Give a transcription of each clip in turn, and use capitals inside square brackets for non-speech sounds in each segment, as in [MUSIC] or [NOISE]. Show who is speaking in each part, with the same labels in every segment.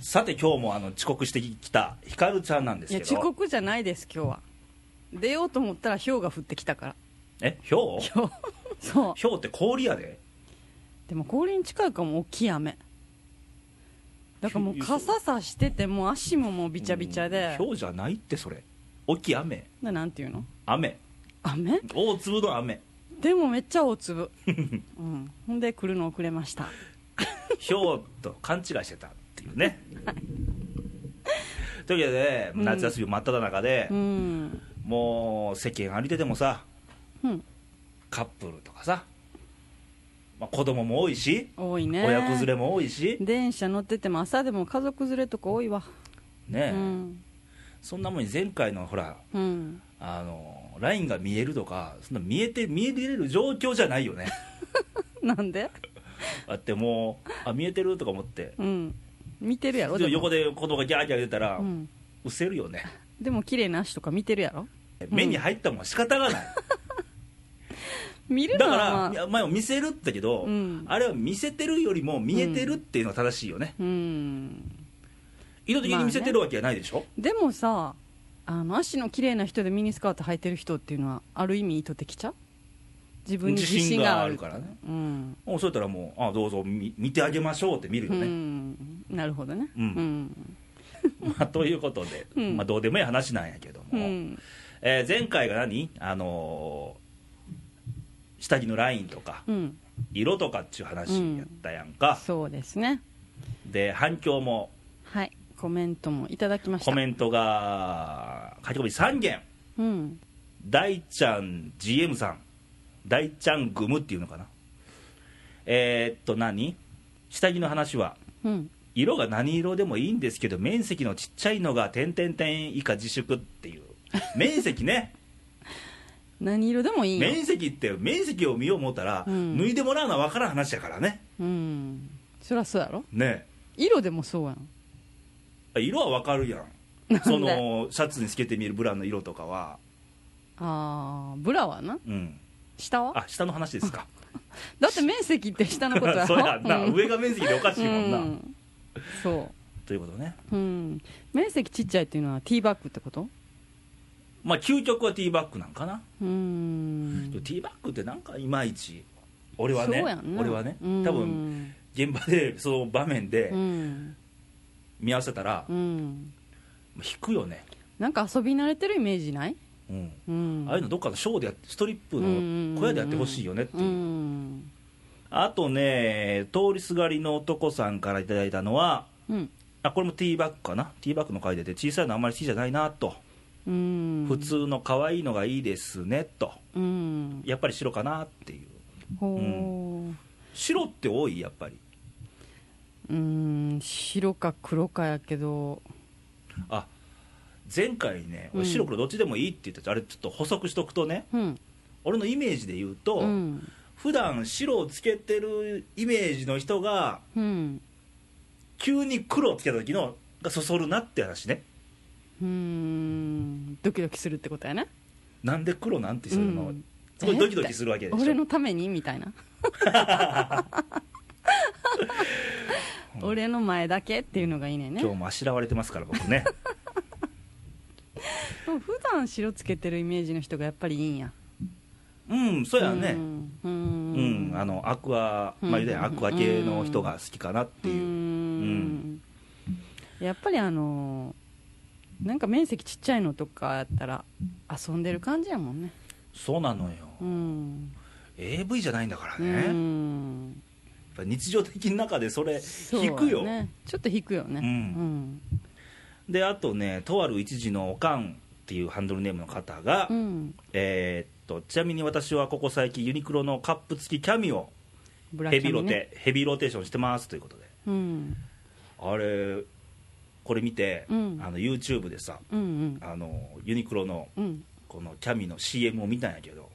Speaker 1: さて今日もあの遅刻してきたひかるちゃんなんです
Speaker 2: いや
Speaker 1: け
Speaker 2: 遅
Speaker 1: ど
Speaker 2: 刻じゃないです今日は出ようと思ったら氷が降ってきたから
Speaker 1: えひょう
Speaker 2: 今日 [LAUGHS] そう
Speaker 1: ひょうって氷やで
Speaker 2: でも氷に近いかも大きい雨だからもう傘さしててもう足ももうびちゃびちゃで
Speaker 1: ひょうじゃないってそれ大きい雨
Speaker 2: ななんていうの
Speaker 1: 雨
Speaker 2: 雨
Speaker 1: 大粒の雨
Speaker 2: でもめっちゃ
Speaker 1: [LAUGHS]
Speaker 2: 大粒、うん、ほんで来るの遅れました
Speaker 1: ひょうと勘違いしてたっていうね、というわけで
Speaker 2: うん
Speaker 1: 夏休み真っ只中で、
Speaker 2: うん
Speaker 1: もう世間歩いててもさ
Speaker 2: うん
Speaker 1: カップルとかさ、まあ、子供も多いし、
Speaker 2: 多いね
Speaker 1: 親子連れも多いし
Speaker 2: 電車乗ってても朝でも家族連れとか多いわう
Speaker 1: ね、
Speaker 2: ん
Speaker 1: そんなもんに前回のほら
Speaker 2: うん
Speaker 1: あのラインが見えるとかそんな見えて見えれる状況じゃないよ
Speaker 2: [LAUGHS]
Speaker 1: ね
Speaker 2: なんで
Speaker 1: だってもうあ見えてるとか思って
Speaker 2: うん見てるやろ
Speaker 1: で
Speaker 2: も
Speaker 1: 横で子供がギャーギャー出たら、
Speaker 2: う
Speaker 1: うんせるよね
Speaker 2: でも綺麗な足とか見てるやろ
Speaker 1: 目に入ったもんは仕方がない、
Speaker 2: 見る
Speaker 1: だ
Speaker 2: の
Speaker 1: か
Speaker 2: は、
Speaker 1: ら、
Speaker 2: まあ
Speaker 1: いや前も見せるってけど、
Speaker 2: うん
Speaker 1: あれは見せてるよりも見えてるっていうのが正しいよね、
Speaker 2: うん
Speaker 1: 意図的に見せてるわけじゃないでしょ、
Speaker 2: でもさあの足の綺麗な人でミニスカート履いてる人っていうのはある意味意図的ちゃう自分に自信がある
Speaker 1: 自信があるからね
Speaker 2: うん、
Speaker 1: もうそうやったらもうあどうぞ見見てあげましょうって見るよ
Speaker 2: う
Speaker 1: ね、
Speaker 2: ん、なるほどね
Speaker 1: うん [LAUGHS] まあ、ということで、
Speaker 2: うん
Speaker 1: まあ、どうでもいい話なんやけども、
Speaker 2: うんうん
Speaker 1: えー前回が何あのー下着のラインとか
Speaker 2: うん
Speaker 1: 色とかっちゅう話やったやんか、
Speaker 2: そうですね
Speaker 1: で反響も
Speaker 2: はいコメントもいただきました
Speaker 1: コメントが書き込み3件
Speaker 2: うん
Speaker 1: 大ちゃん GM さん大ちゃんグムっていうのかなえーっと何下着の話は
Speaker 2: うん
Speaker 1: 色が何色でもいいんですけど面積のちっちゃいのが点点点以下自粛って
Speaker 2: [LAUGHS]
Speaker 1: いう面積ね
Speaker 2: 何色でもいいよ、
Speaker 1: 面積って面積を見よう思ったら、
Speaker 2: うん
Speaker 1: 脱いでもらうのは分からん話やからね
Speaker 2: うんそりゃそうやろ
Speaker 1: ね
Speaker 2: 色でもそうやん
Speaker 1: え色は分かるやん
Speaker 2: なんで
Speaker 1: そのシャツにつけてみるブラの色とかは
Speaker 2: ああブラはな
Speaker 1: うん
Speaker 2: 下は
Speaker 1: あ下の話ですか
Speaker 2: だって面積って下のこと
Speaker 1: [LAUGHS]
Speaker 2: やろ
Speaker 1: そうやんな、
Speaker 2: うん
Speaker 1: 上が面積でおかしいもんな、
Speaker 2: うん、そ
Speaker 1: ということね
Speaker 2: う、うん、面積ちっちゃいっていうのはティーバッグってこと
Speaker 1: まあ究極はティーバッグなんかな、
Speaker 2: うー
Speaker 1: でも
Speaker 2: ん
Speaker 1: ティーバッグってなんかいまいち俺はね
Speaker 2: そうやんな
Speaker 1: 俺はね多
Speaker 2: うん
Speaker 1: 分現場でその場面で
Speaker 2: うん、
Speaker 1: 見合わせたら
Speaker 2: うん、
Speaker 1: 引くよね、
Speaker 2: なんか遊び慣れてるイメージない、
Speaker 1: うん
Speaker 2: うん、
Speaker 1: ああいうのどっかのショーでやってストリップの小屋でやってほしいよねっていう、
Speaker 2: うん
Speaker 1: あとね通りすがりの男さんからいただいたのは
Speaker 2: うん
Speaker 1: あこれもティーバッグかなティーバッグの回でて小さいのあんまり好きじゃないなと、
Speaker 2: うん
Speaker 1: 普通の可愛いのがいいですねと
Speaker 2: うん
Speaker 1: やっぱり白かなっていう
Speaker 2: ほう、
Speaker 1: 白って多いやっぱり
Speaker 2: うん、白か黒かやけど
Speaker 1: あ前回ね
Speaker 2: うん
Speaker 1: 俺白黒どっちでもいいって言ったやつあれちょっと補足しとくとね
Speaker 2: うん
Speaker 1: 俺のイメージで言うと、
Speaker 2: うん
Speaker 1: 普段白をつけてるイメージの人が
Speaker 2: うん
Speaker 1: 急に黒をつけた時のがそそるなって話ね
Speaker 2: うんドキドキするってことやね
Speaker 1: なんで黒なんてするの、
Speaker 2: うん
Speaker 1: すごいドキドキするわけでしょ
Speaker 2: 俺のためにみたいな俺の前だけっていうのがいいねんね
Speaker 1: 今日もあしらわれてますから僕ね
Speaker 2: でも普段白つけてるイメージの人がやっぱりいいんや
Speaker 1: うんそうやね、
Speaker 2: うんう
Speaker 1: うん
Speaker 2: ん、
Speaker 1: あのアクア、
Speaker 2: うん
Speaker 1: まあ、言うたらアクア系の人が好きかなっていう、
Speaker 2: うんやっぱりあのなんか面積ちっちゃいのとかやったら遊んでる感じやもんね
Speaker 1: そうなのよ、
Speaker 2: うん
Speaker 1: AV じゃないんだからね、
Speaker 2: う
Speaker 1: やっ
Speaker 2: ん
Speaker 1: ぱ日常的な中でそれ
Speaker 2: そうや
Speaker 1: 引くよ、
Speaker 2: ねちょっと引くよね
Speaker 1: うんであとねとある一時のおかんっていうハンドルネームの方が、
Speaker 2: うんうん
Speaker 1: えーっとちなみに私はここ最近ユニクロのカップ付きキャミを
Speaker 2: ブラ
Speaker 1: ヘ
Speaker 2: キ
Speaker 1: ビ
Speaker 2: ャ
Speaker 1: ロ
Speaker 2: ミ
Speaker 1: テ、
Speaker 2: ね
Speaker 1: ヘビローテーションしてますということで
Speaker 2: うん
Speaker 1: あれこれ見て、
Speaker 2: うん
Speaker 1: あの YouTube でさ
Speaker 2: うんうん
Speaker 1: あのユニクロの
Speaker 2: うん
Speaker 1: このキャミの CM を見たんやけど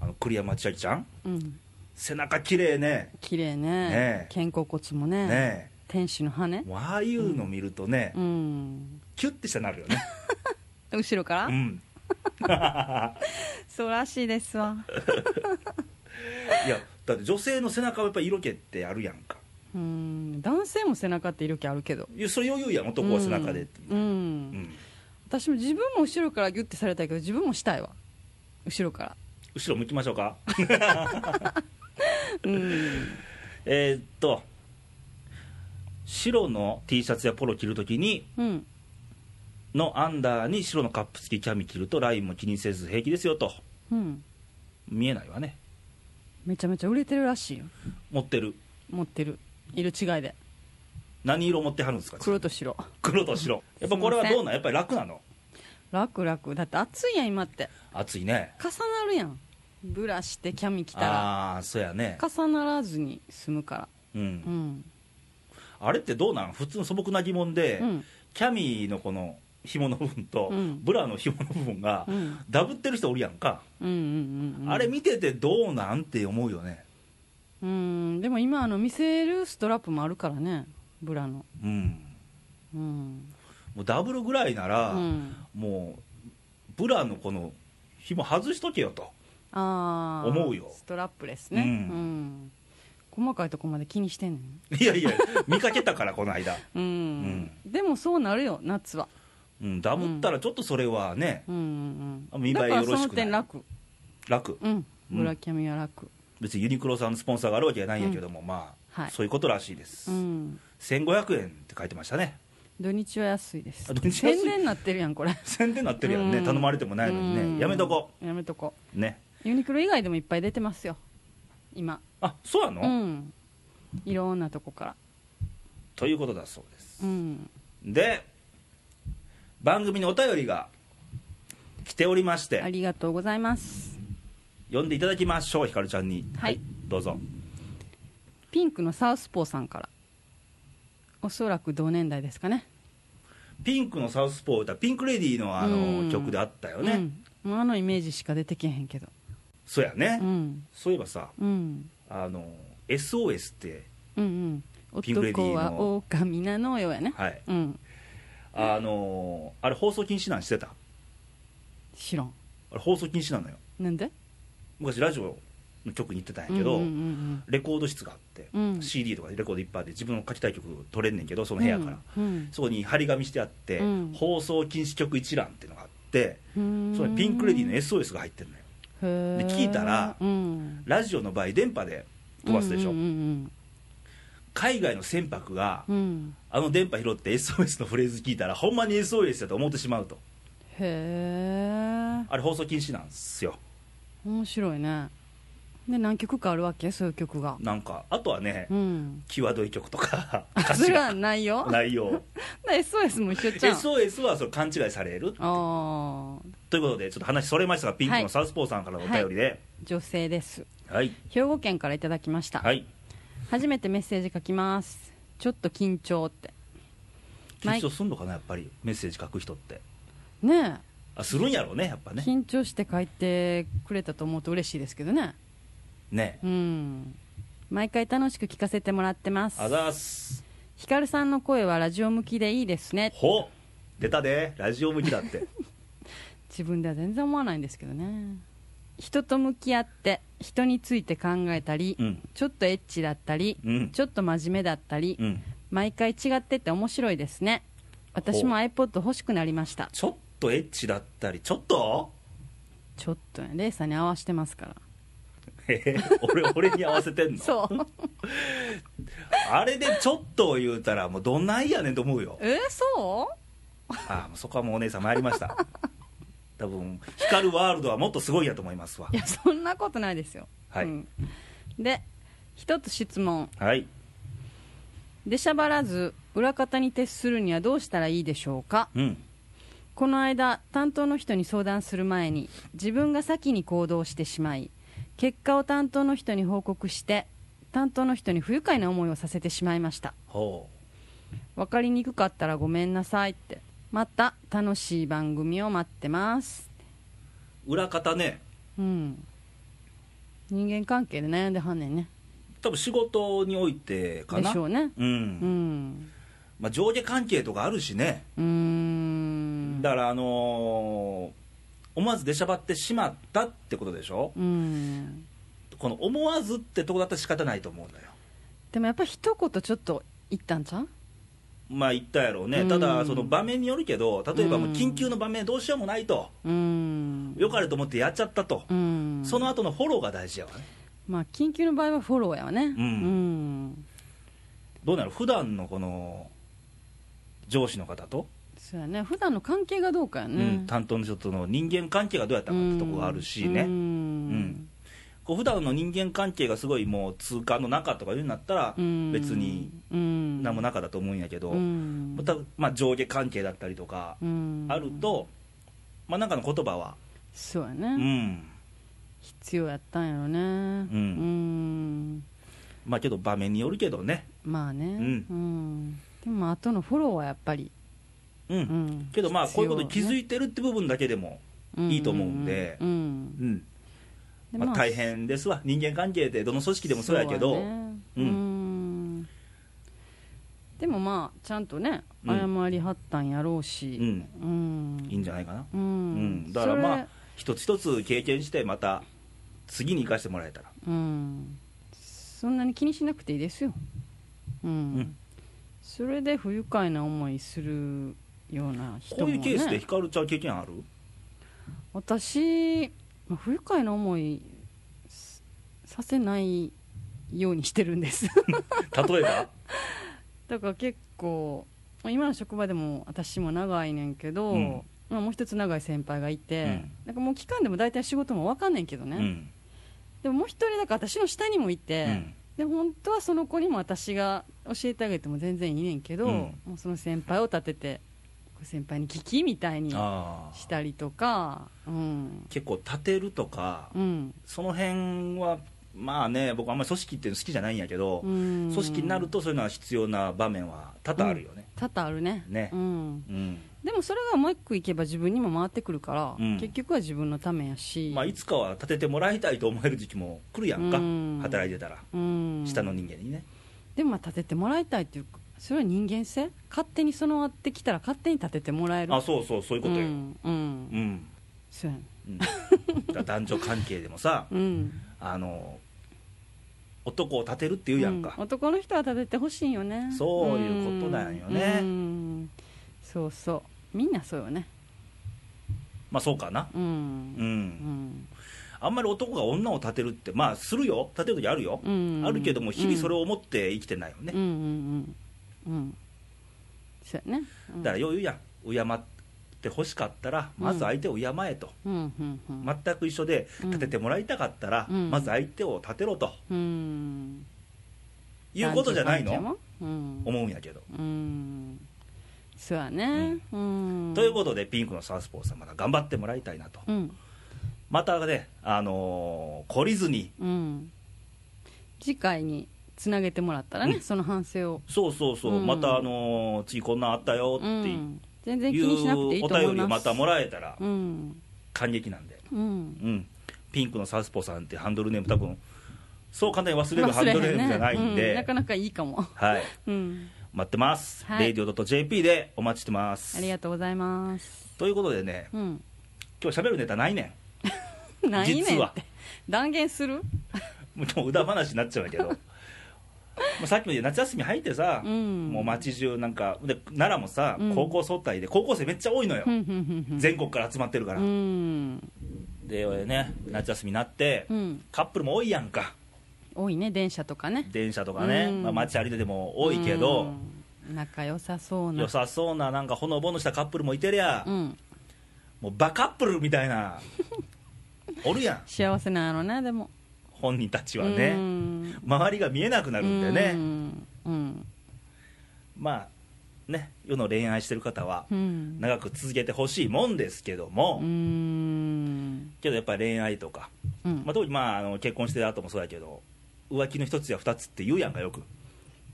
Speaker 1: あの栗山千明ちゃん
Speaker 2: うん
Speaker 1: 背中綺麗ね
Speaker 2: 綺麗
Speaker 1: ねえ
Speaker 2: ね肩甲骨もね
Speaker 1: ね
Speaker 2: 天使の羽
Speaker 1: えもうああいうの見るとね、
Speaker 2: うん
Speaker 1: キュッてしたなるよね
Speaker 2: 後ろから、
Speaker 1: うん
Speaker 2: そうらしいですわ
Speaker 1: いやだって女性の背中はやっぱ色気ってあるやんか
Speaker 2: うん男性も背中っている気あるけど
Speaker 1: いやそれ余裕やん男は背中でって
Speaker 2: うん、う
Speaker 1: うん
Speaker 2: ん私も自分も後ろからギュッてされたいけど自分もしたいわ後ろから
Speaker 1: 後ろ向きましょうか
Speaker 2: [LAUGHS] うん
Speaker 1: [LAUGHS] えーっと白の T シャツやポロ着るときに
Speaker 2: うん
Speaker 1: のアンダーに白のカップ付きキャミ着るとラインも気にせず平気ですよと
Speaker 2: うん
Speaker 1: 見えないわね
Speaker 2: めちゃめちゃ売れてるらしいよ
Speaker 1: 持ってる
Speaker 2: 持ってる色違いで
Speaker 1: 何色持ってはるんですか
Speaker 2: 黒と白
Speaker 1: 黒と白やっぱこれはどうなんやっぱり楽なの
Speaker 2: 楽楽だって暑いやん今って
Speaker 1: 暑いね
Speaker 2: 重なるやんブラしてキャミ着たら
Speaker 1: ああーそうやね
Speaker 2: 重ならずに済むから
Speaker 1: うん、
Speaker 2: うん
Speaker 1: あれってどうなん普通の素朴な疑問で、
Speaker 2: うん
Speaker 1: キャミのこの紐の部分と、
Speaker 2: うん
Speaker 1: ブラの紐の部分が、
Speaker 2: うん
Speaker 1: ダブってる人おるやんか、
Speaker 2: うんうんうんうん
Speaker 1: あれ見ててどうなんって思うよね
Speaker 2: うんでも今あの見せるストラップもあるからねブラの
Speaker 1: うん
Speaker 2: うん
Speaker 1: もうダブルぐらいなら、
Speaker 2: うん
Speaker 1: もうブラのこの紐外しとけよと [LAUGHS]
Speaker 2: ああ
Speaker 1: 思うよ
Speaker 2: ストラップレスね
Speaker 1: う
Speaker 2: うんん、細かいとこまで気にしてんね
Speaker 1: い
Speaker 2: ん
Speaker 1: やいや見かけたからこの間、
Speaker 2: うん、でもそうなるよ夏は
Speaker 1: うん、ダブったらちょっとそれはね
Speaker 2: うんうん
Speaker 1: あ
Speaker 2: うん
Speaker 1: 見栄え
Speaker 2: だから
Speaker 1: よろしくない
Speaker 2: その点楽
Speaker 1: 楽
Speaker 2: うん
Speaker 1: うん
Speaker 2: ブラキャミは楽
Speaker 1: 別にユニクロさんのスポンサーがあるわけじゃないんやけども、まあ、
Speaker 2: はい
Speaker 1: そういうことらしいです、
Speaker 2: うん
Speaker 1: 1500円って書いてましたね
Speaker 2: 土日は安いです
Speaker 1: あ土日安い
Speaker 2: 宣伝になってるやんこれ
Speaker 1: 宣伝なってるやんね、
Speaker 2: うん
Speaker 1: 頼まれてもないのにね、
Speaker 2: うん
Speaker 1: やめとこ
Speaker 2: やめとこ
Speaker 1: うね
Speaker 2: ユニクロ以外でもいっぱい出てますよ今
Speaker 1: あそうなの、
Speaker 2: うんいろんなとこから
Speaker 1: ということだそうです
Speaker 2: うん
Speaker 1: で番組にお便りが来ておりまして、
Speaker 2: ありがとうございます
Speaker 1: 読んでいただきましょうひかるちゃんに
Speaker 2: はい
Speaker 1: どうぞ
Speaker 2: ピンクのサウスポーさんからおそらく同年代ですかね
Speaker 1: ピンクのサウスポー歌ピンクレディーのあ
Speaker 2: う
Speaker 1: の
Speaker 2: ん
Speaker 1: 曲であったよね、
Speaker 2: うん、もうあのイメージしか出てけへんけど
Speaker 1: そうやね、
Speaker 2: うん
Speaker 1: そういえばさ
Speaker 2: うん
Speaker 1: あの SOS って
Speaker 2: うんうん
Speaker 1: ピンクレディーの
Speaker 2: 男は狼なのよやね
Speaker 1: はい
Speaker 2: うん
Speaker 1: あのあれ放送禁止なんしてた
Speaker 2: 知らん
Speaker 1: あれ放送禁止なのよ
Speaker 2: なんで
Speaker 1: 昔ラジオの局に行ってたんやけど、
Speaker 2: うんうん
Speaker 1: レコード室があって、
Speaker 2: うん
Speaker 1: CD とかレコードいっぱいあって自分の書きたい曲取れんねんけどその部屋から、
Speaker 2: うんうん
Speaker 1: そこに張り紙してあって、
Speaker 2: うん
Speaker 1: 放送禁止曲一覧っていうのがあって
Speaker 2: うん
Speaker 1: それピンク・レディーの SOS が入ってるのよ
Speaker 2: へー
Speaker 1: で聞いたら
Speaker 2: うん
Speaker 1: ラジオの場合電波で飛ばすでしょ、
Speaker 2: うんうん
Speaker 1: 海外の船舶が、
Speaker 2: うんうん
Speaker 1: あの電波拾って SOS のフレーズ聞いたらほんまに SOS だと思ってしまうと
Speaker 2: へえ
Speaker 1: あれ放送禁止なんですよ
Speaker 2: 面白いねで何曲かあるわけそういう曲が
Speaker 1: なんかあとはね、
Speaker 2: うん
Speaker 1: 際どい曲とか歌
Speaker 2: そ
Speaker 1: 詞
Speaker 2: れは
Speaker 1: が
Speaker 2: ないよ
Speaker 1: 内容
Speaker 2: SOS も一緒じゃん
Speaker 1: SOS はその勘違いされる
Speaker 2: ああ
Speaker 1: ということでちょっと話それましたがピンク
Speaker 2: は
Speaker 1: の
Speaker 2: い
Speaker 1: サウスポーさんからのお便りで
Speaker 2: 女性です
Speaker 1: はい
Speaker 2: 兵庫県からいただきました、
Speaker 1: はい
Speaker 2: 初めてメッセージ書きますちょっと緊張って
Speaker 1: 緊張すんのかなやっぱりメッセージ書く人って
Speaker 2: ね
Speaker 1: あするんやろうねやっぱ
Speaker 2: え
Speaker 1: ね
Speaker 2: 緊張して書いてくれたと思うと嬉しいですけどね
Speaker 1: ね
Speaker 2: うん毎回楽しく聞かせてもらってます
Speaker 1: あざーす
Speaker 2: ひかるさんの声はラジオ向きでいいですね
Speaker 1: ほ出たでラジオ向きだって
Speaker 2: [LAUGHS] 自分では全然思わないんですけどね人と向き合って人について考えたり、
Speaker 1: うん
Speaker 2: ちょっとエッチだったり、
Speaker 1: うん
Speaker 2: ちょっと真面目だったり、
Speaker 1: うん
Speaker 2: 毎回違ってて面白いですね私も iPod 欲しくなりました
Speaker 1: ちょっとエッチだったりちょっと
Speaker 2: ちょっとねレイさんに合わせてますから
Speaker 1: へへ俺俺に合わせてんの
Speaker 2: [LAUGHS] そう
Speaker 1: あれでちょっと言うたらもうどんなんやねんと思
Speaker 2: [LAUGHS]
Speaker 1: うよ
Speaker 2: えーそう
Speaker 1: ああもうそこはもうお姉さん参りました多分光るワールドはもっとすごいやと思いますわ
Speaker 2: いやそんなことないですよ
Speaker 1: はい
Speaker 2: うんで一つ質問
Speaker 1: はい
Speaker 2: 出しゃばらず裏方に徹するにはどうしたらいいでしょうか
Speaker 1: うん
Speaker 2: この間担当の人に相談する前に自分が先に行動してしまい結果を担当の人に報告して担当の人に不愉快な思いをさせてしまいました
Speaker 1: ほ
Speaker 2: 分かりにくかったらごめんなさいってまた楽しい番組を待ってます
Speaker 1: う裏方ね
Speaker 2: うん人間関係で悩んではんねんね
Speaker 1: 多分仕事においてか
Speaker 2: で
Speaker 1: な
Speaker 2: しょうね
Speaker 1: う、
Speaker 2: うんん
Speaker 1: まあ、上下関係とかあるしね
Speaker 2: うーん
Speaker 1: だからあのー思わず出しゃばってしまったってことでしょ
Speaker 2: うーん
Speaker 1: この思わずってとこだったら仕方ないと思うんだよ
Speaker 2: でもやっぱ一言ちょっと言ったんちゃう
Speaker 1: まあ言ったやろうね、
Speaker 2: うん
Speaker 1: ただ、その場面によるけど、例えばもう
Speaker 2: うん
Speaker 1: 緊急の場面、どうしようもないと、
Speaker 2: うーん
Speaker 1: よかれと思ってやっちゃったと、
Speaker 2: うん
Speaker 1: その後のフォローが大事やわね、
Speaker 2: まあ緊急の場合はフォローやわね
Speaker 1: う
Speaker 2: うん
Speaker 1: どうなる、普段のこの上司の方と、
Speaker 2: そうやね普段の関係がどうかや
Speaker 1: う
Speaker 2: ね、
Speaker 1: ん、担当の人との人間関係がどうやったかってとこがあるしね、
Speaker 2: うん
Speaker 1: んこう普段の人間関係がすごいもう通過の中とかいうようになったら、
Speaker 2: うん
Speaker 1: 別に
Speaker 2: うん
Speaker 1: 何も中だと思うんやけど、
Speaker 2: うん
Speaker 1: またまあ、上下関係だったりとか
Speaker 2: うん
Speaker 1: あると、まあ、なんかの言葉は、
Speaker 2: そうや
Speaker 1: う
Speaker 2: ね、
Speaker 1: ん、
Speaker 2: 必要やったんやろねうんん
Speaker 1: まあけど場面によるけどね、
Speaker 2: まあねうんでも後のフォローはやっぱり、
Speaker 1: うん
Speaker 2: うん、
Speaker 1: けどまあこういうことに気づ
Speaker 2: い
Speaker 1: いてるって部分だけでも、いいと思うんで
Speaker 2: うん
Speaker 1: うん
Speaker 2: で
Speaker 1: まあ、大変ですわ人間関係ってどの組織でもそうやけど
Speaker 2: そうね
Speaker 1: うん
Speaker 2: うんでもまあちゃんとね
Speaker 1: うん
Speaker 2: 謝りはったんやろうし
Speaker 1: うん
Speaker 2: うん
Speaker 1: いいんじゃないかな、
Speaker 2: う
Speaker 1: うん
Speaker 2: ん
Speaker 1: だからま
Speaker 2: そ
Speaker 1: あ一つ一つ経験してまた次に生かしてもらえたら
Speaker 2: れうんそんなに気にしなくていいですよう
Speaker 1: うん
Speaker 2: んそれで不愉快な思いするような人
Speaker 1: こ
Speaker 2: も
Speaker 1: ういうケースで
Speaker 2: ね
Speaker 1: ひかるちゃん経験ある
Speaker 2: 私まあ不愉快な思いすさせないようにしてるんです
Speaker 1: 例えば
Speaker 2: だから結構まあ今の職場でも私も長いねんけど、
Speaker 1: うん
Speaker 2: まあ、もう一つ長い先輩がいて、
Speaker 1: うん
Speaker 2: なんかもう期間でも大体仕事も分かんねんけど
Speaker 1: う
Speaker 2: ね、
Speaker 1: ん、
Speaker 2: でももう一人だから私の下にもいうて、
Speaker 1: ん
Speaker 2: で本当はその子にも私が教えてあげても全然いいねんけど、
Speaker 1: うん
Speaker 2: もうその先輩を立ててこう先輩に聞きみたいにし
Speaker 1: ああ
Speaker 2: たりとかうん
Speaker 1: 結構立てるとか、
Speaker 2: うん
Speaker 1: その辺はまあね僕あんまり組織っていうの好きじゃないんやけど、
Speaker 2: 組
Speaker 1: 組織になるとそういうのは必要な場面は多々あるよね、
Speaker 2: 多々あるね
Speaker 1: ね
Speaker 2: うん、
Speaker 1: うん
Speaker 2: でもそれがうまくいけば自分にも回ってくるから、
Speaker 1: うん
Speaker 2: 結局は自分のためやし、
Speaker 1: まあ、いつかは立ててもらいたいと思える時期も来るやんか、
Speaker 2: うん
Speaker 1: 働いてたら
Speaker 2: うん、
Speaker 1: 下の人間にね、
Speaker 2: でもまあ立ててもらいたいっていうかそれは人間性勝手に備わってきたら勝手に立ててもらえる
Speaker 1: あそうそうそういうことよ、
Speaker 2: う
Speaker 1: うん
Speaker 2: ん、うん
Speaker 1: うん
Speaker 2: そうやね [LAUGHS]
Speaker 1: だから男女関係でもさ
Speaker 2: うん
Speaker 1: あの男を立てるっていうやんか、
Speaker 2: うん男の人は立ててほしいよね
Speaker 1: そういうことなんよね
Speaker 2: うんうんそうそうみんなそうよね
Speaker 1: まあそうかな
Speaker 2: う
Speaker 1: うん
Speaker 2: ん、うん
Speaker 1: あんまり男が女を立てるってまあするよ立てる時あるよ、
Speaker 2: うん、
Speaker 1: あるけども日々それを思って生きてないよね、
Speaker 2: うんうんうんうんそうやね、うん、
Speaker 1: だからよう言うやん敬ってほしかったらまず相手を敬えと、
Speaker 2: うんうんうん
Speaker 1: 全く一緒で
Speaker 2: うん
Speaker 1: 立ててもらいたかったら、
Speaker 2: うん
Speaker 1: まず相手を立てろと
Speaker 2: うん
Speaker 1: いうことじゃないの、
Speaker 2: 男女関係もうん
Speaker 1: 思うんやけど、
Speaker 2: うんそうやねうん、
Speaker 1: ということでピンクのサウスポーさんまた頑張ってもらいたいなと、
Speaker 2: うん
Speaker 1: またねあのー懲りずに
Speaker 2: うん次回につなげてもらったらね、
Speaker 1: うん
Speaker 2: その反省を
Speaker 1: そうそうそう、
Speaker 2: うん
Speaker 1: またあのー次こんなんあったよって
Speaker 2: う
Speaker 1: い
Speaker 2: ん、全然気
Speaker 1: う
Speaker 2: にしなくていい
Speaker 1: お
Speaker 2: と思います
Speaker 1: 便りをまたもらえたら
Speaker 2: うん
Speaker 1: 感激なんで、
Speaker 2: うん
Speaker 1: うん、ピンクのサウスポーさんってハンドルネーム多分そう簡単に忘れるハンドルネームじゃないん
Speaker 2: 忘れへね
Speaker 1: で、
Speaker 2: うなかなかいいかも、
Speaker 1: はい
Speaker 2: うん、
Speaker 1: 待ってます、
Speaker 2: はい
Speaker 1: radio.jp でお待ちしてます
Speaker 2: ありがとうございます、
Speaker 1: ということでね [LAUGHS]
Speaker 2: うん、
Speaker 1: 今日喋るネタないね
Speaker 2: ないねんっ
Speaker 1: 実は
Speaker 2: て断言する
Speaker 1: んもう今日裏話になっちゃうんやけ
Speaker 2: [LAUGHS]
Speaker 1: どもうさっきも言った夏休み入ってさ、
Speaker 2: うん
Speaker 1: もう街中なんかで奈良もさ、
Speaker 2: うん
Speaker 1: 高校総体で高校生めっちゃ多いのよ、
Speaker 2: ふんふんふんふん
Speaker 1: 全国から集まってるから、
Speaker 2: うん
Speaker 1: で俺ね夏休みになって、
Speaker 2: うん
Speaker 1: カップルも多いやんか
Speaker 2: 多いね電車とかね
Speaker 1: 電車とかね、
Speaker 2: うん
Speaker 1: まあ、街歩いてても多いけど、
Speaker 2: うん仲良さそうな
Speaker 1: 良さそうななんかほのぼのしたカップルもいてりゃ、
Speaker 2: うん
Speaker 1: もうバカップルみたい
Speaker 2: [LAUGHS]
Speaker 1: なおるやん
Speaker 2: 幸せなのねでも
Speaker 1: 本人たちは
Speaker 2: う
Speaker 1: ね、
Speaker 2: ん
Speaker 1: 周りが見えなくなるんでね、
Speaker 2: うんうん
Speaker 1: まあね世の恋愛してる方は
Speaker 2: うん
Speaker 1: 長く続けてほしいもんですけども、
Speaker 2: うん
Speaker 1: けどやっぱり恋愛とか、
Speaker 2: うん
Speaker 1: まあ、特にまああの結婚してる後もそうやけど浮気の一つや二つって言うやんかよく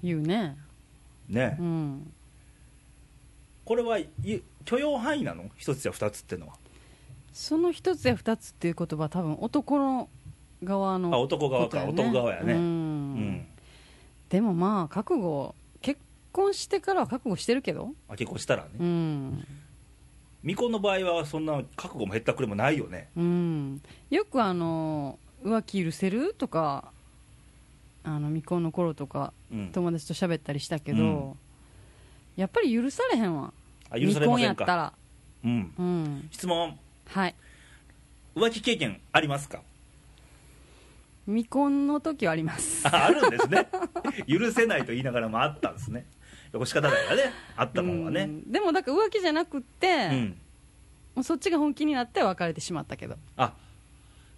Speaker 2: 言うね
Speaker 1: ね、
Speaker 2: うん
Speaker 1: これはい許容範囲なの一つや二つってのは
Speaker 2: その一つや二つっていう言葉は多分男の側の
Speaker 1: あ男側か
Speaker 2: ことや
Speaker 1: 男側やね
Speaker 2: うん
Speaker 1: うん
Speaker 2: でもまあ覚悟結婚してからは覚悟してるけど
Speaker 1: あ結婚したらね、
Speaker 2: うん、
Speaker 1: 未婚の場合はそんな覚悟も減ったくれもないよね
Speaker 2: うん、よくあの浮気許せるとかあの未婚の頃とか
Speaker 1: うん、
Speaker 2: 友達と喋ったりしたけど、
Speaker 1: うん
Speaker 2: やっぱり許されへんわ
Speaker 1: あ許されま
Speaker 2: 未婚
Speaker 1: せ
Speaker 2: や
Speaker 1: ん
Speaker 2: った
Speaker 1: からうん
Speaker 2: うん
Speaker 1: 質問
Speaker 2: はい
Speaker 1: 浮気経験ありますか [LAUGHS]
Speaker 2: 未婚の時はあります
Speaker 1: ああるんです
Speaker 2: [LAUGHS]
Speaker 1: ね許せないと言いながらもあったんですねこれ仕方ないからねあったもんは
Speaker 2: う
Speaker 1: ね
Speaker 2: んでもだから浮気じゃなくっ
Speaker 1: う
Speaker 2: て、
Speaker 1: ん、
Speaker 2: もうそっちが本気になって別れてしまったけど
Speaker 1: あ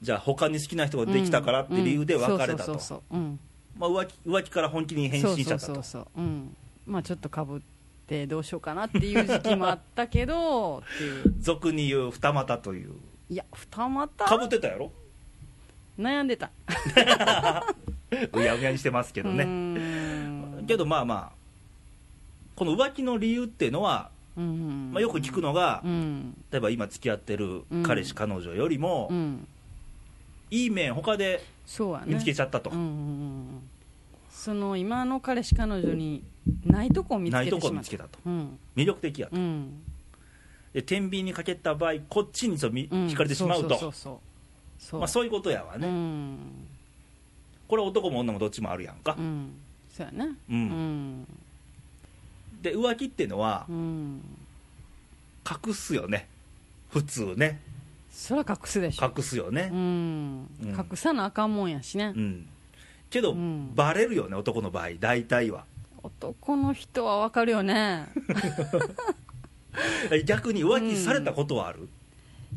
Speaker 1: じゃあ他に好きな人ができたからって理由で別れた
Speaker 2: うん
Speaker 1: と
Speaker 2: うんそうそうそうそううん
Speaker 1: まあ浮気浮気から本気に変身しちゃった
Speaker 2: そうそう
Speaker 1: と
Speaker 2: そうそううんまあちょっとかぶってどうしようかなっていう時期もあったけど
Speaker 1: [LAUGHS]
Speaker 2: っていう
Speaker 1: 俗に言う二股という
Speaker 2: いや二股
Speaker 1: かぶってたやろ
Speaker 2: 悩んでた
Speaker 1: うやうやにしてますけ
Speaker 2: け
Speaker 1: どねけどまあまあこの浮気の理由っていうのは、まあ、よく聞く
Speaker 2: の
Speaker 1: のが、
Speaker 2: うん
Speaker 1: 例えば今付き合ってる彼氏、
Speaker 2: うん
Speaker 1: 彼女よりも、
Speaker 2: うん
Speaker 1: いい面他で
Speaker 2: そうやね
Speaker 1: 見つけちゃったと、
Speaker 2: うんうんうんうんその今の彼氏彼女にないとこを見つ
Speaker 1: な
Speaker 2: け
Speaker 1: い
Speaker 2: てし
Speaker 1: とこ
Speaker 2: まった
Speaker 1: 見つけたと
Speaker 2: うん
Speaker 1: 魅力的やと
Speaker 2: うん
Speaker 1: で天秤にかけた場合こっちにそうみ
Speaker 2: うん
Speaker 1: 引かれてしまうと、
Speaker 2: そうそうそうそう
Speaker 1: まあ、そういうことやわね、
Speaker 2: うん
Speaker 1: これ男も女もどっちもあるやんか
Speaker 2: う、んそうやね
Speaker 1: うん
Speaker 2: うん
Speaker 1: で浮気っていうのは
Speaker 2: うん
Speaker 1: 隠すよね普通ね
Speaker 2: そら隠すでしょ
Speaker 1: 隠すよね
Speaker 2: うん
Speaker 1: うん
Speaker 2: 隠さなあかんもんやしね、
Speaker 1: うん、けど、
Speaker 2: うん
Speaker 1: バレるよね男の場合大体は
Speaker 2: 男の人はわかる
Speaker 1: [LAUGHS]
Speaker 2: よね
Speaker 1: 逆に浮気されたことはある、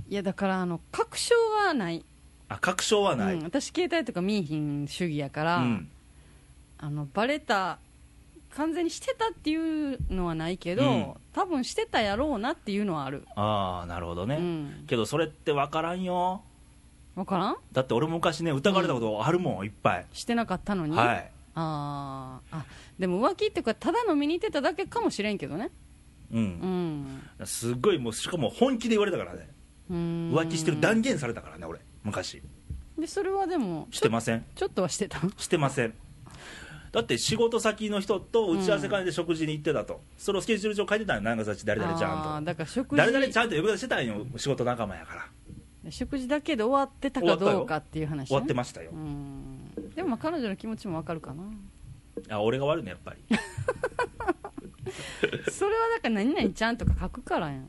Speaker 2: いやだからあの確証はない
Speaker 1: あ確証はない、
Speaker 2: う
Speaker 1: うんん
Speaker 2: 私携帯とか見えひん主義やから、あのバレた完全にしてたっていうのはないけど、
Speaker 1: うん
Speaker 2: 多分してたやろうなっていうのはある、
Speaker 1: ああなるほどね、
Speaker 2: うん
Speaker 1: けどそれって分からんよ
Speaker 2: 分からん
Speaker 1: だって俺も昔ね疑われたことあるもんいっぱい、
Speaker 2: してなかったのに、
Speaker 1: はい
Speaker 2: あーあでも浮気っていうかただ飲みに行ってただけかもしれんけどね
Speaker 1: うん、
Speaker 2: うん
Speaker 1: すっごいもうしかも本気で言われたからね浮
Speaker 2: 浮
Speaker 1: 気してる断言されたからね俺昔
Speaker 2: でそれはでも
Speaker 1: してません
Speaker 2: ちょっとはしてた
Speaker 1: してませんだって仕事先の人と打ち合わせ会で食事に行ってたと、それをスケジュール上書いてたの長崎誰々ちゃ
Speaker 2: あー
Speaker 1: んと
Speaker 2: だから食事
Speaker 1: 誰々ちゃんと呼び出してたんよ仕事仲間やから
Speaker 2: 食事だけで終わってたかどうかっていう話、ね、
Speaker 1: 終わってましたよ、
Speaker 2: うんでもまあ彼女の気持ちもわかるかな
Speaker 1: あ俺が悪いねやっぱり
Speaker 2: それはだから何々ちゃんとか書くからやん
Speaker 1: い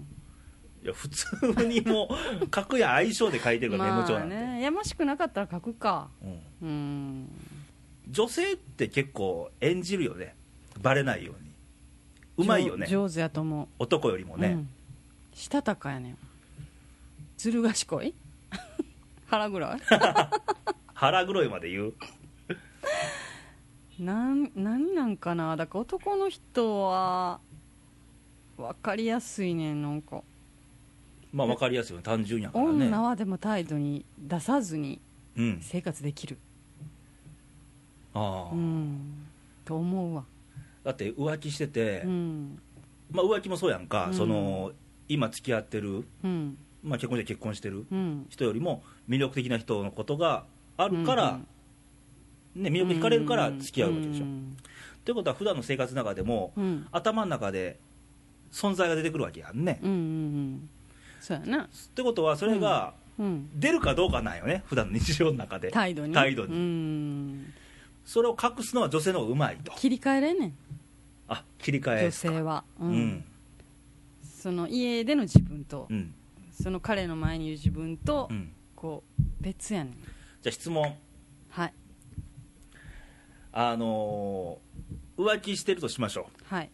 Speaker 1: や普通にも
Speaker 2: [LAUGHS]
Speaker 1: う格や相性で書いてるからメモ帳なんて、
Speaker 2: まあねやましくなかったら書くか
Speaker 1: うん
Speaker 2: うん
Speaker 1: 女性って結構演じるよねバレないようにうまいよね
Speaker 2: 上上手やと思
Speaker 1: 男よりも
Speaker 2: う
Speaker 1: ね、
Speaker 2: うん、したたかやねんずる賢い [LAUGHS] 腹ぐら
Speaker 1: 腹黒いまで言う
Speaker 2: いなん何なんかなだから男の人は分かりやすいねんなんか
Speaker 1: まあ分かりやすいよね単純やからね
Speaker 2: 女はでも態度に出さずに
Speaker 1: うん
Speaker 2: 生活できる
Speaker 1: ああ、
Speaker 2: うんと思うわ
Speaker 1: だって浮気してて、
Speaker 2: うん
Speaker 1: まあ浮気もそうやんか、
Speaker 2: うん
Speaker 1: その今付き合ってる、
Speaker 2: うん
Speaker 1: まあ、結婚して結婚してる
Speaker 2: うん
Speaker 1: 人よりも魅力的な人のことがあるか
Speaker 2: う
Speaker 1: ら
Speaker 2: ん、
Speaker 1: ね、魅力惹かれるから付き合うわけでしょ、
Speaker 2: うん
Speaker 1: ということは普段の生活の中でも、
Speaker 2: うん
Speaker 1: 頭の中で存在が出てくるわけやんね、
Speaker 2: うんうんうんそうやな
Speaker 1: ってことはそれが
Speaker 2: うん
Speaker 1: 出るかどうかなんよね普段の日常の中で
Speaker 2: 態度に
Speaker 1: 態度に
Speaker 2: うん
Speaker 1: それを隠すのは女性の方がうまいと
Speaker 2: 切り替えれんねん
Speaker 1: あ切り替え
Speaker 2: 女性はう
Speaker 1: うんん
Speaker 2: その家での自分と
Speaker 1: うん
Speaker 2: その彼の前にいる自分と
Speaker 1: うん
Speaker 2: こう別やねん
Speaker 1: じゃあ質問
Speaker 2: はい
Speaker 1: あのー浮気してるとしましょ
Speaker 2: はい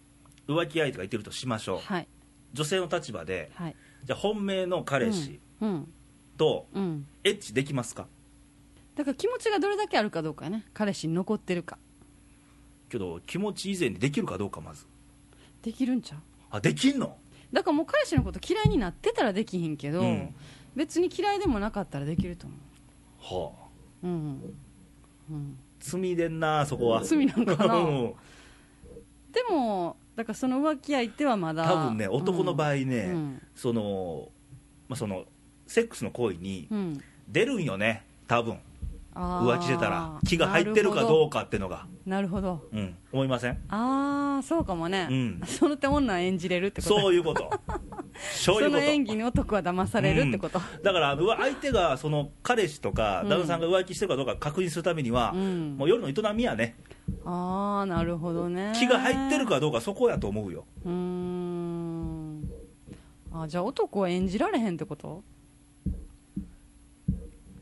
Speaker 2: う
Speaker 1: 浮気相手がいてるとしましょう、
Speaker 2: はい
Speaker 1: 女性の立場で
Speaker 2: はい
Speaker 1: じゃあ本命の彼氏
Speaker 2: うん
Speaker 1: と
Speaker 2: うんうん
Speaker 1: エッチできますか、
Speaker 2: だから気持ちがどれだけあるかどうかやね彼氏に残ってるか
Speaker 1: けど気持ち以前にできるかどうかまず
Speaker 2: できるんちゃう
Speaker 1: あできんの
Speaker 2: だからもう彼氏のこと嫌いになってたらできひんけど、
Speaker 1: うん
Speaker 2: 別に嫌いでもなかったらできると思
Speaker 1: はあ
Speaker 2: ううん、うん、
Speaker 1: 罪でんなそこは
Speaker 2: 罪なんかな
Speaker 1: うん
Speaker 2: でもだからその浮気相手はまだ
Speaker 1: 多分ね男の場合ね、
Speaker 2: うん
Speaker 1: そのまあそのセックスの行為に
Speaker 2: うんうん
Speaker 1: 出るんよね多分
Speaker 2: あー
Speaker 1: 浮気してたら気が入ってるかどうかってのが、
Speaker 2: なるほどなるほど
Speaker 1: うん、思いません
Speaker 2: ああそうかもね、
Speaker 1: うん
Speaker 2: その手女演じれるってこと
Speaker 1: そう
Speaker 2: [LAUGHS] う
Speaker 1: いうことそうい
Speaker 2: そ
Speaker 1: こ
Speaker 2: うの演
Speaker 1: と
Speaker 2: 技に男は騙されるってこと、
Speaker 1: だからうわ相手がその彼氏とか
Speaker 2: うん
Speaker 1: 旦那さんが浮気してるかどうか確認するためには、
Speaker 2: うん
Speaker 1: もう夜の営みやね
Speaker 2: ああなるほどね
Speaker 1: 気が入ってるかどうかそこやと思うよ
Speaker 2: うーんあじゃあ男は演じられへんってこと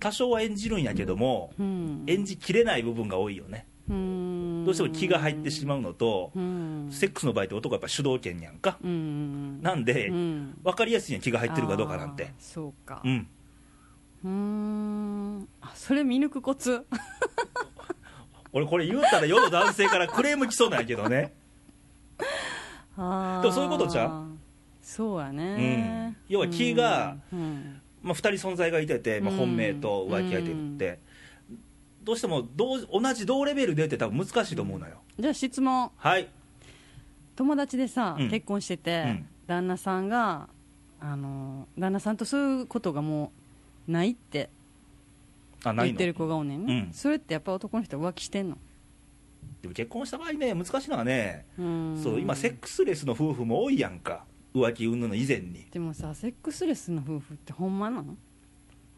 Speaker 1: 多少は演じるんやけども
Speaker 2: うん
Speaker 1: 演じきれない部分が多いよね
Speaker 2: うーん
Speaker 1: どうしても気が入ってしまうのと
Speaker 2: うん
Speaker 1: セックスの場合って男はやっぱ主導権やんか
Speaker 2: うん
Speaker 1: なんで
Speaker 2: うん
Speaker 1: 分かりやすいやん気が入ってるかどうかなん
Speaker 2: あー
Speaker 1: て
Speaker 2: そうか
Speaker 1: うん
Speaker 2: うーんあそれ見抜くコツ
Speaker 1: 俺これ言うたら世の男性からクレーム来そうなんやけどね [LAUGHS]
Speaker 2: あー
Speaker 1: でもそういうことちゃう
Speaker 2: そうやね、
Speaker 1: うん要は気が
Speaker 2: うん
Speaker 1: まあ2人存在がいてて、まあ、
Speaker 2: うん
Speaker 1: 本命と浮気相手って、どうしても同じ同じ同レベルでって多分難しいと思うのよ、
Speaker 2: じゃあ質問
Speaker 1: はい、
Speaker 2: 友達でさ、
Speaker 1: うん
Speaker 2: 結婚してて、
Speaker 1: うん
Speaker 2: 旦那さんがあの旦那さんとそういうことがもうないって
Speaker 1: あない
Speaker 2: 言っ
Speaker 1: の
Speaker 2: てる子がおんねんね、
Speaker 1: うん
Speaker 2: それってやっぱ男の人は浮気してんの
Speaker 1: でも結婚した場合ね難しいのはね、
Speaker 2: うん
Speaker 1: そう今セックスレスの夫婦も多いやんか浮気云々の以前に
Speaker 2: でもさセックスレスの夫婦ってほんまなの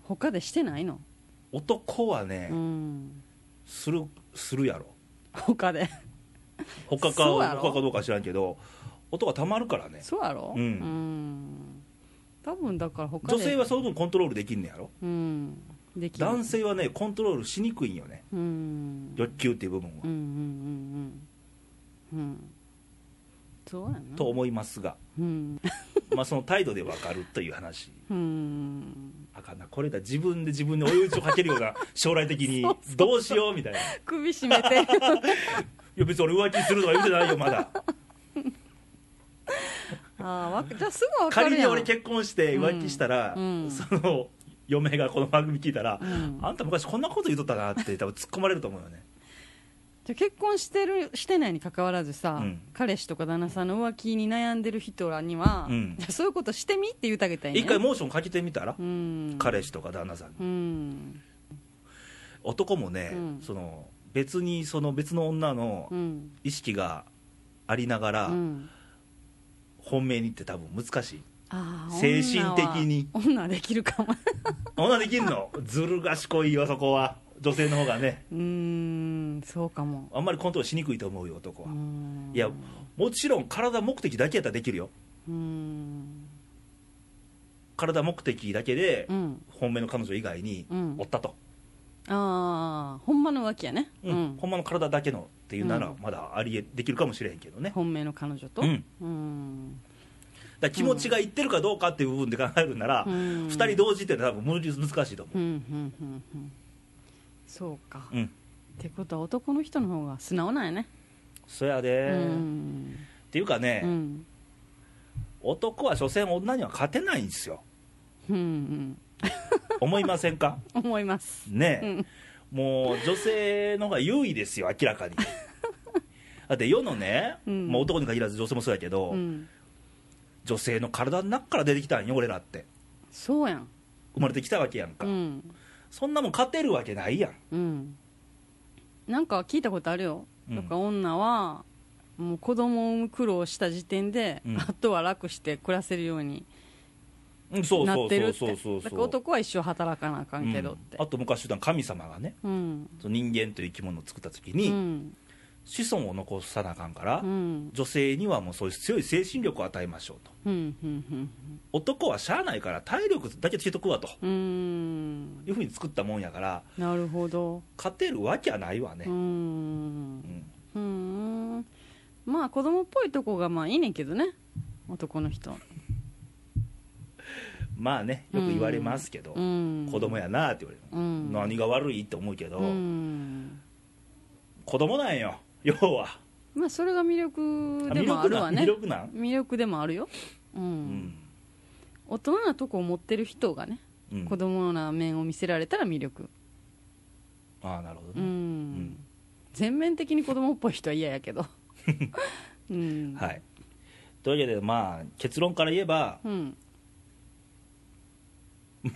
Speaker 2: 他でしてないの、
Speaker 1: 男はね、
Speaker 2: うん、
Speaker 1: するするやろ
Speaker 2: 他で
Speaker 1: 他か
Speaker 2: そうやろ
Speaker 1: 他かどうか知らんけど男はたまるからね
Speaker 2: そうやろ
Speaker 1: うん
Speaker 2: ん多分だから他で
Speaker 1: 女性はその分コントロールできんねやろ
Speaker 2: うんできる
Speaker 1: 男性はねコントロールしにくいんよね
Speaker 2: うん
Speaker 1: 欲求っていう部分は、
Speaker 2: うんうんうんうんうんそうやな
Speaker 1: と思いますが、 [LAUGHS]
Speaker 2: うん
Speaker 1: まあ、その態度で分かるという話
Speaker 2: うん
Speaker 1: あかんなこれだ自分で自分に追い打ちをかけるような将来的
Speaker 2: [LAUGHS]
Speaker 1: にどうしようみたいない
Speaker 2: 首絞
Speaker 1: [LAUGHS]
Speaker 2: めて
Speaker 1: や別に俺浮気するとか言ってないよまだ
Speaker 2: ああわかじゃあすぐ分か
Speaker 1: 仮
Speaker 2: る
Speaker 1: に
Speaker 2: やん
Speaker 1: 俺結婚して浮気したら、
Speaker 2: うんうん
Speaker 1: その嫁がこの番組聞いたら、
Speaker 2: うん
Speaker 1: あんた昔こんなこと言うとったなって多分突っ込まれると思うよ
Speaker 2: [LAUGHS]
Speaker 1: ね
Speaker 2: じゃあ結婚してるしてないに関わらずさ、
Speaker 1: うん
Speaker 2: 彼氏とか旦那さんの浮気に悩んでる人らには、
Speaker 1: うん
Speaker 2: じゃあそういうことしてみって言うてあげたいね
Speaker 1: 一回モーションかけてみたら、
Speaker 2: うん
Speaker 1: 彼氏とか旦那さんに
Speaker 2: うん
Speaker 1: 男もね、
Speaker 2: うん
Speaker 1: その別にその別の女の
Speaker 2: うん
Speaker 1: 意識がありながら、
Speaker 2: うん
Speaker 1: 本命にって多分難しい
Speaker 2: ああ
Speaker 1: 精神的に
Speaker 2: 女は女はできるかも
Speaker 1: 女できん
Speaker 2: [LAUGHS]
Speaker 1: のずる賢いよそこは女性の方がね
Speaker 2: うーんそうかも
Speaker 1: あんまりコントロールしにくいと思うよ男
Speaker 2: う
Speaker 1: は、
Speaker 2: ーん
Speaker 1: いやもちろん体目的だけやったらできるよ
Speaker 2: うーん
Speaker 1: 体目的だけで
Speaker 2: うん
Speaker 1: 本命の彼女以外に
Speaker 2: うん
Speaker 1: おったと、
Speaker 2: ああほんまの浮気やね
Speaker 1: うんほんまの体だけのっていうなら
Speaker 2: うん
Speaker 1: まだありえできるかもしれへんけどね、
Speaker 2: 本命の彼女と
Speaker 1: うん
Speaker 2: ーん
Speaker 1: だから気持ちがいってるかどうかっていう部分で考えるなら、
Speaker 2: う
Speaker 1: 二
Speaker 2: ん
Speaker 1: 人同時っていうのは多分無理難しいと思
Speaker 2: うんうんうんうんそうか、
Speaker 1: う、うん、
Speaker 2: ってことは男の人の方が素直なんやね、
Speaker 1: そやで、
Speaker 2: うん
Speaker 1: っていうかね、
Speaker 2: うん
Speaker 1: 男は所詮女には勝てないんですよ
Speaker 2: うんうん
Speaker 1: 思いません
Speaker 2: [LAUGHS]
Speaker 1: か
Speaker 2: 思います
Speaker 1: ねえ、
Speaker 2: うん
Speaker 1: もう女性の方が優位ですよ明らか
Speaker 2: [LAUGHS]
Speaker 1: にだって世のね、
Speaker 2: うん
Speaker 1: まあ、男に限らず女性もそうやけど、
Speaker 2: うん
Speaker 1: 女性の体の中から出てきたんよ俺らって
Speaker 2: そうやん
Speaker 1: 生まれてきたわけやんか、
Speaker 2: うん
Speaker 1: そんなもん勝てるわけないやん
Speaker 2: うんなんか聞いたことあるよ、
Speaker 1: うん
Speaker 2: なんか女はもう子供を産む苦労した時点で、
Speaker 1: うん
Speaker 2: あとは楽して暮らせるように
Speaker 1: うんそう
Speaker 2: な
Speaker 1: そ
Speaker 2: っ
Speaker 1: う
Speaker 2: て
Speaker 1: そ
Speaker 2: るっ
Speaker 1: う
Speaker 2: て
Speaker 1: そうそう
Speaker 2: だから男は一生働かなあかんけどっ
Speaker 1: う
Speaker 2: て
Speaker 1: んあと昔言った神様がね
Speaker 2: うん
Speaker 1: その人間という生き物を作った時
Speaker 2: う
Speaker 1: に、
Speaker 2: ん
Speaker 1: 子孫を残さなあかんから、
Speaker 2: うん
Speaker 1: 女性にはもうそういう強い精神力を与えましょうと
Speaker 2: うんうん
Speaker 1: 男はしゃあないから体力だけつけとくわと
Speaker 2: うんうん
Speaker 1: いうふうに作ったもんやから
Speaker 2: なるほど
Speaker 1: 勝てるわけはないわね、
Speaker 2: う
Speaker 1: うんん
Speaker 2: うんまあ子供っぽいとこがまあいいねんけどね男の人
Speaker 1: まあねよく言われますけど、
Speaker 2: うん
Speaker 1: 子供やなって言われる、
Speaker 2: うん
Speaker 1: 何が悪いって思うけど、
Speaker 2: うん
Speaker 1: 子供なんよ要は
Speaker 2: まあそれが魅力でもあるわね
Speaker 1: 魅力なん魅力なん
Speaker 2: 魅力でもあるよ、うん
Speaker 1: うん、
Speaker 2: 大人なとこを持ってる人がね、
Speaker 1: うん
Speaker 2: 子供な面を見せられたら魅力
Speaker 1: ああなるほど
Speaker 2: うん、
Speaker 1: ね、
Speaker 2: 全面的に子供っぽい人は嫌やけ
Speaker 1: [LAUGHS]
Speaker 2: どうん
Speaker 1: はいというわけでまあ結論から言えば
Speaker 2: うん、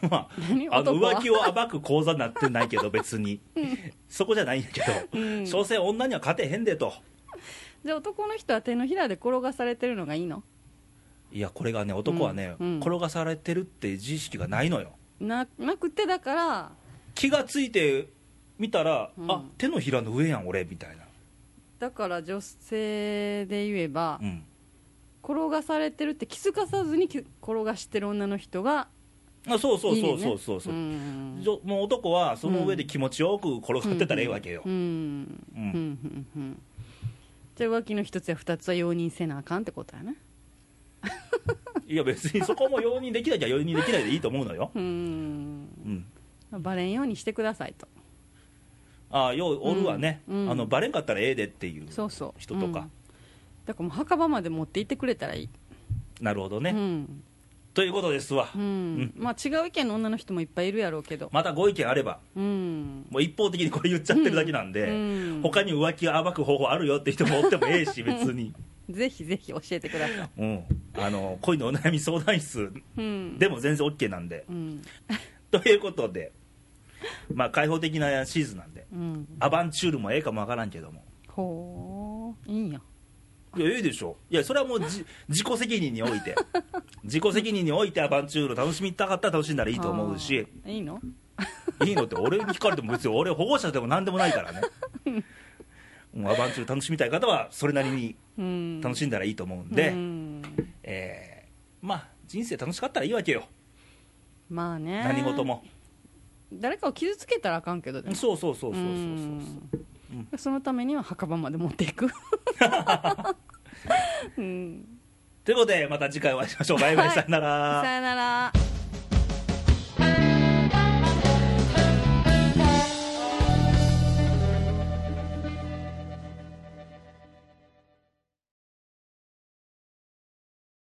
Speaker 1: ま
Speaker 2: 何
Speaker 1: ああの
Speaker 2: 男は
Speaker 1: 浮気を暴く講座になってないけど別
Speaker 2: [LAUGHS]
Speaker 1: に、そこじゃないんやけど、
Speaker 2: うん
Speaker 1: 所詮女には勝てへんでと
Speaker 2: じゃあ男の人は手のひらで転がされてるのがいいの
Speaker 1: いやこれがね男はね、
Speaker 2: うんうん
Speaker 1: 転がされてるっていう自意識がないのよ
Speaker 2: ななくてだから
Speaker 1: 気がついて見たら、
Speaker 2: うん
Speaker 1: あ手のひらの上やん俺みたいな
Speaker 2: だから女性で言えば、
Speaker 1: うん
Speaker 2: 転がされてるって気づかさずにき転がしてる女の人が
Speaker 1: あそうそう
Speaker 2: い
Speaker 1: いそ
Speaker 2: いね
Speaker 1: うそうそうそう、
Speaker 2: ん
Speaker 1: じょもう男はその上で気持ちよく転がってたらええわけよ、
Speaker 2: うんうん
Speaker 1: う
Speaker 2: うんんうんうんじゃあ浮気の一つや二つは容認せなあかんってことやね
Speaker 1: いや別にそこも容認できなきゃ容認できないでいいと思うのよ、
Speaker 2: うん
Speaker 1: うん、
Speaker 2: バレんようにしてくださいと
Speaker 1: ああようおるわね、
Speaker 2: うんうん
Speaker 1: あのバレんかったらええでっていう
Speaker 2: そうそう
Speaker 1: 人とか
Speaker 2: うんだからもう墓場まで持って行ってくれたらいい
Speaker 1: なるほどね、
Speaker 2: うん
Speaker 1: ということですわ、
Speaker 2: うんまあ違う意見の女の人もいっぱいいるやろうけど
Speaker 1: またご意見あれば
Speaker 2: うん
Speaker 1: もう一方的にこれ言っちゃってるだけなんで、
Speaker 2: うん
Speaker 1: 他に浮気を暴く方法あるよって人もおってもえ
Speaker 2: [LAUGHS]
Speaker 1: えし別に、
Speaker 2: ぜひぜひ教えてく
Speaker 1: [LAUGHS]
Speaker 2: ださい
Speaker 1: うん、あの恋のお悩み相談室
Speaker 2: うん
Speaker 1: でも全然 OK なんで [LAUGHS]
Speaker 2: うん
Speaker 1: ということでまあ開放的なシーズンなんで
Speaker 2: うん
Speaker 1: アバンチュールもええかもわからんけども
Speaker 2: ほういいんや
Speaker 1: いやええでしょいやそれはもうじ自己責任におい
Speaker 2: [LAUGHS]
Speaker 1: て自己責任においてアバンチュールを楽しみたかったら楽しんだらいいと思うし
Speaker 2: あーいいの
Speaker 1: いいのって俺に聞かれても別に俺保護者でも何でもないからねもうアバンチュール楽しみたい方はそれなりに
Speaker 2: うん
Speaker 1: 楽
Speaker 2: し
Speaker 1: しんだらいいと思うんで、
Speaker 2: ん、
Speaker 1: えーまあ人生楽しかったらいいわけよ、
Speaker 2: まあね
Speaker 1: 何事も
Speaker 2: 誰かを傷つけたらあかんけどね
Speaker 1: そうそうそうそうそうそう
Speaker 2: うんそのためには墓場まで持っていくうん
Speaker 1: ということでまた次回お会いしましょうバイバイ、
Speaker 2: はい
Speaker 1: さよなら
Speaker 2: さよなら